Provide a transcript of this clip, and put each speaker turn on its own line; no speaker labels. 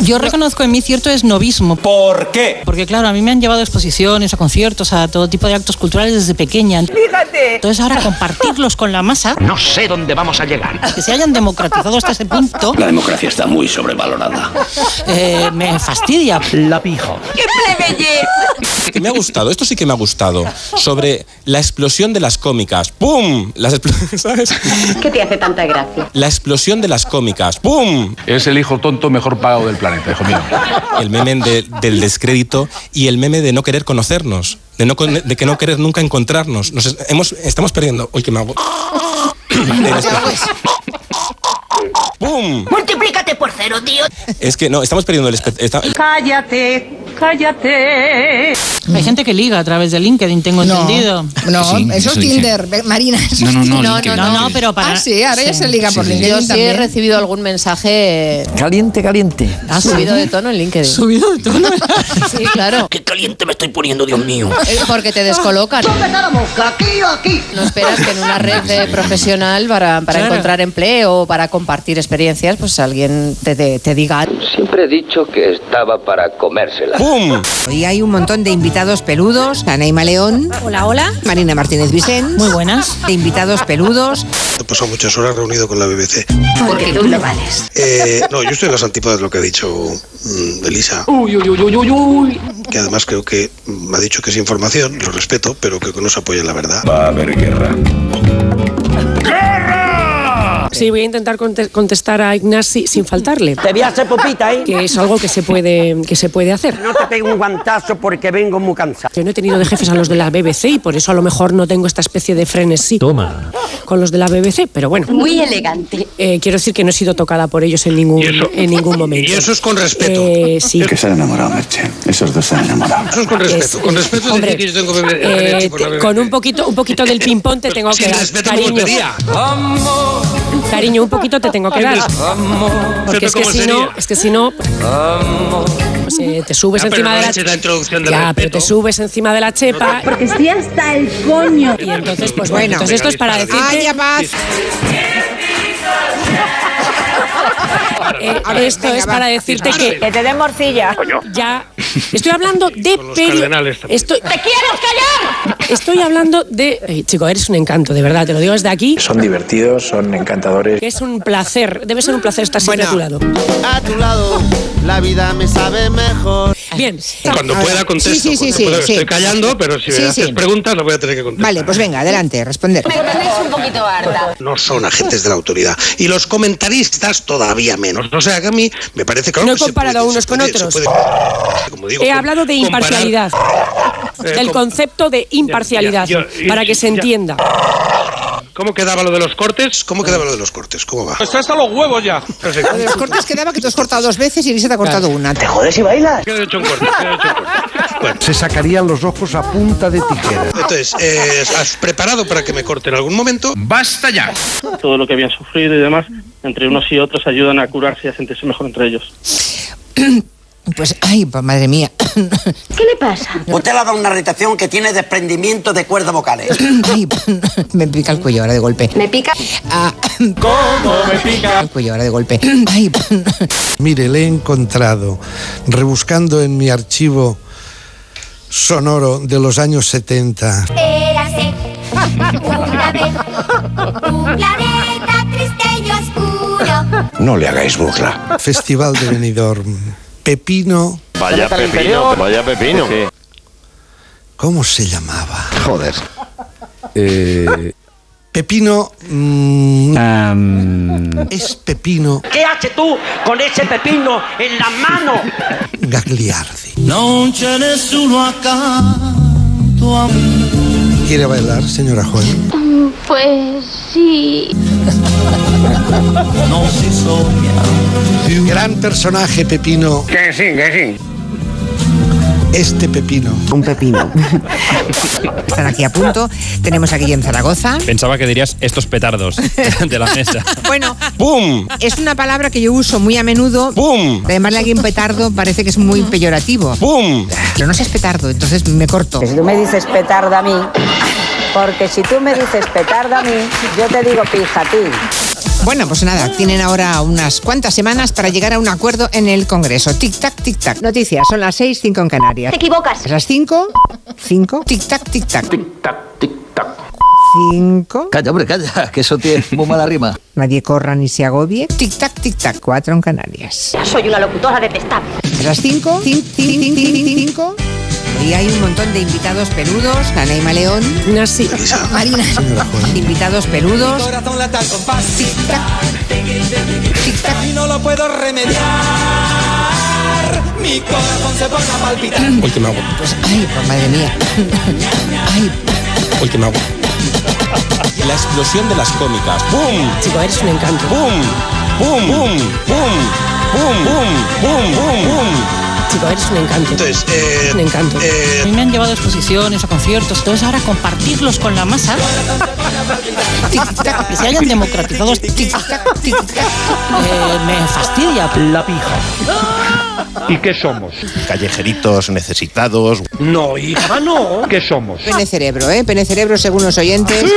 Yo reconozco en mí cierto esnovismo.
¿Por qué?
Porque claro, a mí me han llevado a exposiciones, a conciertos, a todo tipo de actos culturales desde pequeña.
Fíjate.
Entonces ahora compartirlos con la masa,
No sé dónde vamos a llegar.
que se hayan democratizado hasta ese punto,
La democracia está muy sobrevalorada.
eh, me fastidia.
La pijo.
¡Qué plebeyer!
Que me ha gustado, esto sí que me ha gustado. Sobre la explosión de las cómicas. ¡Pum! Las expl- ¿Sabes?
¿Qué te hace tanta gracia?
La explosión de las cómicas. ¡Pum!
Es el hijo tonto mejor pagado del planeta, hijo mío.
El meme de- del descrédito y el meme de no querer conocernos. De, no, con- de que no querer nunca encontrarnos. Nos es- hemos, estamos perdiendo. Uy, que me hago. El espe- ¡Pum!
Multiplícate por cero, tío.
Es que no, estamos perdiendo el. espe- esta-
¡Cállate! ¡Cállate!
Hay gente que liga a través de LinkedIn, tengo entendido.
No,
Sí,
eso es
eso dice.
Tinder. Ve, Marina, eso
No,
es
no, no,
Tinder.
LinkedIn,
No, no,
LinkedIn.
pero para.
Ah, sí, ahora ya se liga por
Sí, sí, sí.
LinkedIn
Yo sí he
también.
recibido algún mensaje eh,
Caliente, caliente.
Ah, sí.
subido de tono en LinkedIn.
Subido de tono.
Sí, claro.
Qué caliente me estoy poniendo, Dios mío.
Eh, Porque te descolocan.
Aquí o aquí.
No esperas que en una red eh, profesional para, para
Claro.
encontrar empleo o para compartir experiencias, pues alguien te, te, te diga algo.
Siempre he dicho que estaba para comérsela.
¡Pum!
Hoy hay un montón de invitados peludos. Anaima León. Hola, hola. Marina Martínez Vicens.
Muy buenas.
De invitados peludos.
He pasado muchas horas reunido con la BBC.
Porque tú lo vales.
Eh, no, yo estoy en las antípodas de lo que ha dicho mm, Elisa. Que además creo que mm, ha dicho que es información, lo respeto, pero creo que no se apoya en la verdad.
Va a haber guerra.
Sí, voy a intentar contestar a Ignasi sin faltarle.
Te voy a hacer pupita, ¿eh?
Que es algo que se puede, que se puede hacer.
No te pego un guantazo porque vengo muy cansado.
Yo no he tenido de jefes a los de la BBC y por eso a lo mejor no tengo esta especie de frenesí
Toma.
con los de la BBC, pero bueno.
Muy elegante.
eh, quiero decir que no he sido tocada por ellos en ningún, en ningún mommomento.
Y eso es con respeto.
Eh, sí.
se han enamorado, Merche. Esos dos se han enamorado.
Eso es con respeto.
Es-
con respeto
hombre,
decir que yo tengo que
eh, te- con un poquito, un poquito del ping-pong te tengo que
Sin
dar.
respeto como
Cariño,
tontería.
cariño, un poquito te tengo que dar.
Fíjate
Porque es que
cómo
si
sería.
no, es que si no, pues, eh, te subes
Ya, pero
encima
no
de la
has hecho la introducción del
Ya, pero
respeto.
te subes encima de la chepa.
Porque estoy hasta el coño.
Y entonces, pues bueno,
Bueno.
entonces esto es para decir
Vaya
Eh, esto es para decirte que
te den morcilla.
ya estoy hablando de
Con los
peri-
cardenales también.
estoy
¡Te quiero callar!
estoy hablando de Ey, chico eres un encanto de verdad te lo digo desde aquí
Son divertidos, son encantadores.
que es un placer debe ser un placer estar siempre a tu lado
A tu lado, la vida me sabe mejor.
bien
Cuando pueda contesto.
Sí, sí, sí,
cuando
sí,
pueda.
sí.
Estoy callando, pero si me
Sí,
haces
sí.
preguntas las voy a tener que contestar.
Vale, pues venga, adelante, responder.
Me tenéis un poquito harta.
No son agentes de la autoridad. Y los comentaristas todavía menos. O sea, que a mí me parece claro
No he
que se
comparado
puede,
a unos
se
con
puede,
otros.
se puede, como digo,
he
com-
hablado de
comparar-
imparcialidad
Eh,
del
com-
concepto de imparcialidad
ya, ya, ya,
para que
ya.
se entienda
¿Cómo quedaba lo de los cortes? ¿Cómo quedaba lo de los cortes? ¿Cómo va?
Está hasta los huevos ya.
Lo de los cortes quedaba que tú has cortado dos veces y Elisa te ha cortado una.
¿Qué has hecho un corte? ¿Qué has hecho un corte? Bueno,
Se sacarían los ojos a punta de tijera.
entonces, eh, ¿has preparado para que me corte en algún momento?
¡Basta ya!
Todo lo que habían sufrido y demás, entre unos y otros ayudan a curarse y a sentirse mejor entre ellos.
Pues, ay, pa- madre mía.
¿Qué le pasa?
Usted le ha dado una irritación que tiene desprendimiento de cuerdas vocales.
Ay, me pica el cuello ahora de golpe.
Me pica.
Ah,
¿Cómo me pica?
el cuello ahora de golpe. Ay,
Mire, le he encontrado, rebuscando en mi archivo sonoro de los años 70.
Érase una vez un planeta triste y oscuro.
No le hagáis burla.
Festival de Benidorm. Pepino.
Vaya pepino, vaya pepino.
¿Cómo se llamaba? Eh,
Joder.
Pepino. mm, Es Pepino
¿Qué haces tú con ese pepino en la mano?
Gagliardi.
No tienes uno acá, tu
¿Quiere bailar, señora Joel?
Pues sí.
No se soña.
Gran personaje, Pepino.
Que sí, que sí.
Este Pepino.
Un pepino.
están aquí a punto. Tenemos a Guillem Zaragoza.
Pensaba que dirías estos petardos de la mesa.
Bueno,
¡Pum!
es una palabra que yo uso muy a menudo.
¡Pum!
Además, alguien petardo parece que es muy peyorativo.
¡Pum!
Pero no seas petardo, entonces me corto.
tú me dices petarda a mí porque si tú me dices petarda a mí yo te digo pija a ti Bueno, pues nada, tienen ahora unas cuantas semanas para llegar a un acuerdo en el Congreso. Tic-tac, tic-tac. Noticias, son las 6, 5 en Canarias.
Te equivocas.
Las 5, 5, tic-tac, tic-tac. Tic-tac, tic-tac. 5.
Calla, hombre, calla, que eso tiene muy mala rima.
Nadie corra ni se agobie. Tic-tac, tic-tac. 4 en Canarias.
Soy una locutora detestable.
Las 5, 5, y hay un montón de invitados peludos. Anaima León. Narci. Marina. Invitados peludos.
corazón lata al compás. Y no lo puedo remediar. Mi corazón se pone a palpitar.
Hoy que me hago.
Ay, pues madre mía. Ay.
Hoy que me hago. La explosión de las cómicas. ¡Bum! Chico, eres un encanto. ¡Bum! ¡Bum! ¡Bum! ¡Bum! ¡Bum! ¡Bum! ¡Bum! ¡Bum!
Chico, eres un encanto.
eh,
un encanto. A mí Pues me han llevado a exposiciones, a conciertos. Entonces ahora compartirlos con la masa. que se hayan democratizado. tic-tac, tic-tac, eh, me fastidia. La pija.
¿Y qué somos? Callejeritos necesitados. No, hija, no. ¿Qué somos?
Pene cerebro, ¿eh? Pene cerebro según los oyentes.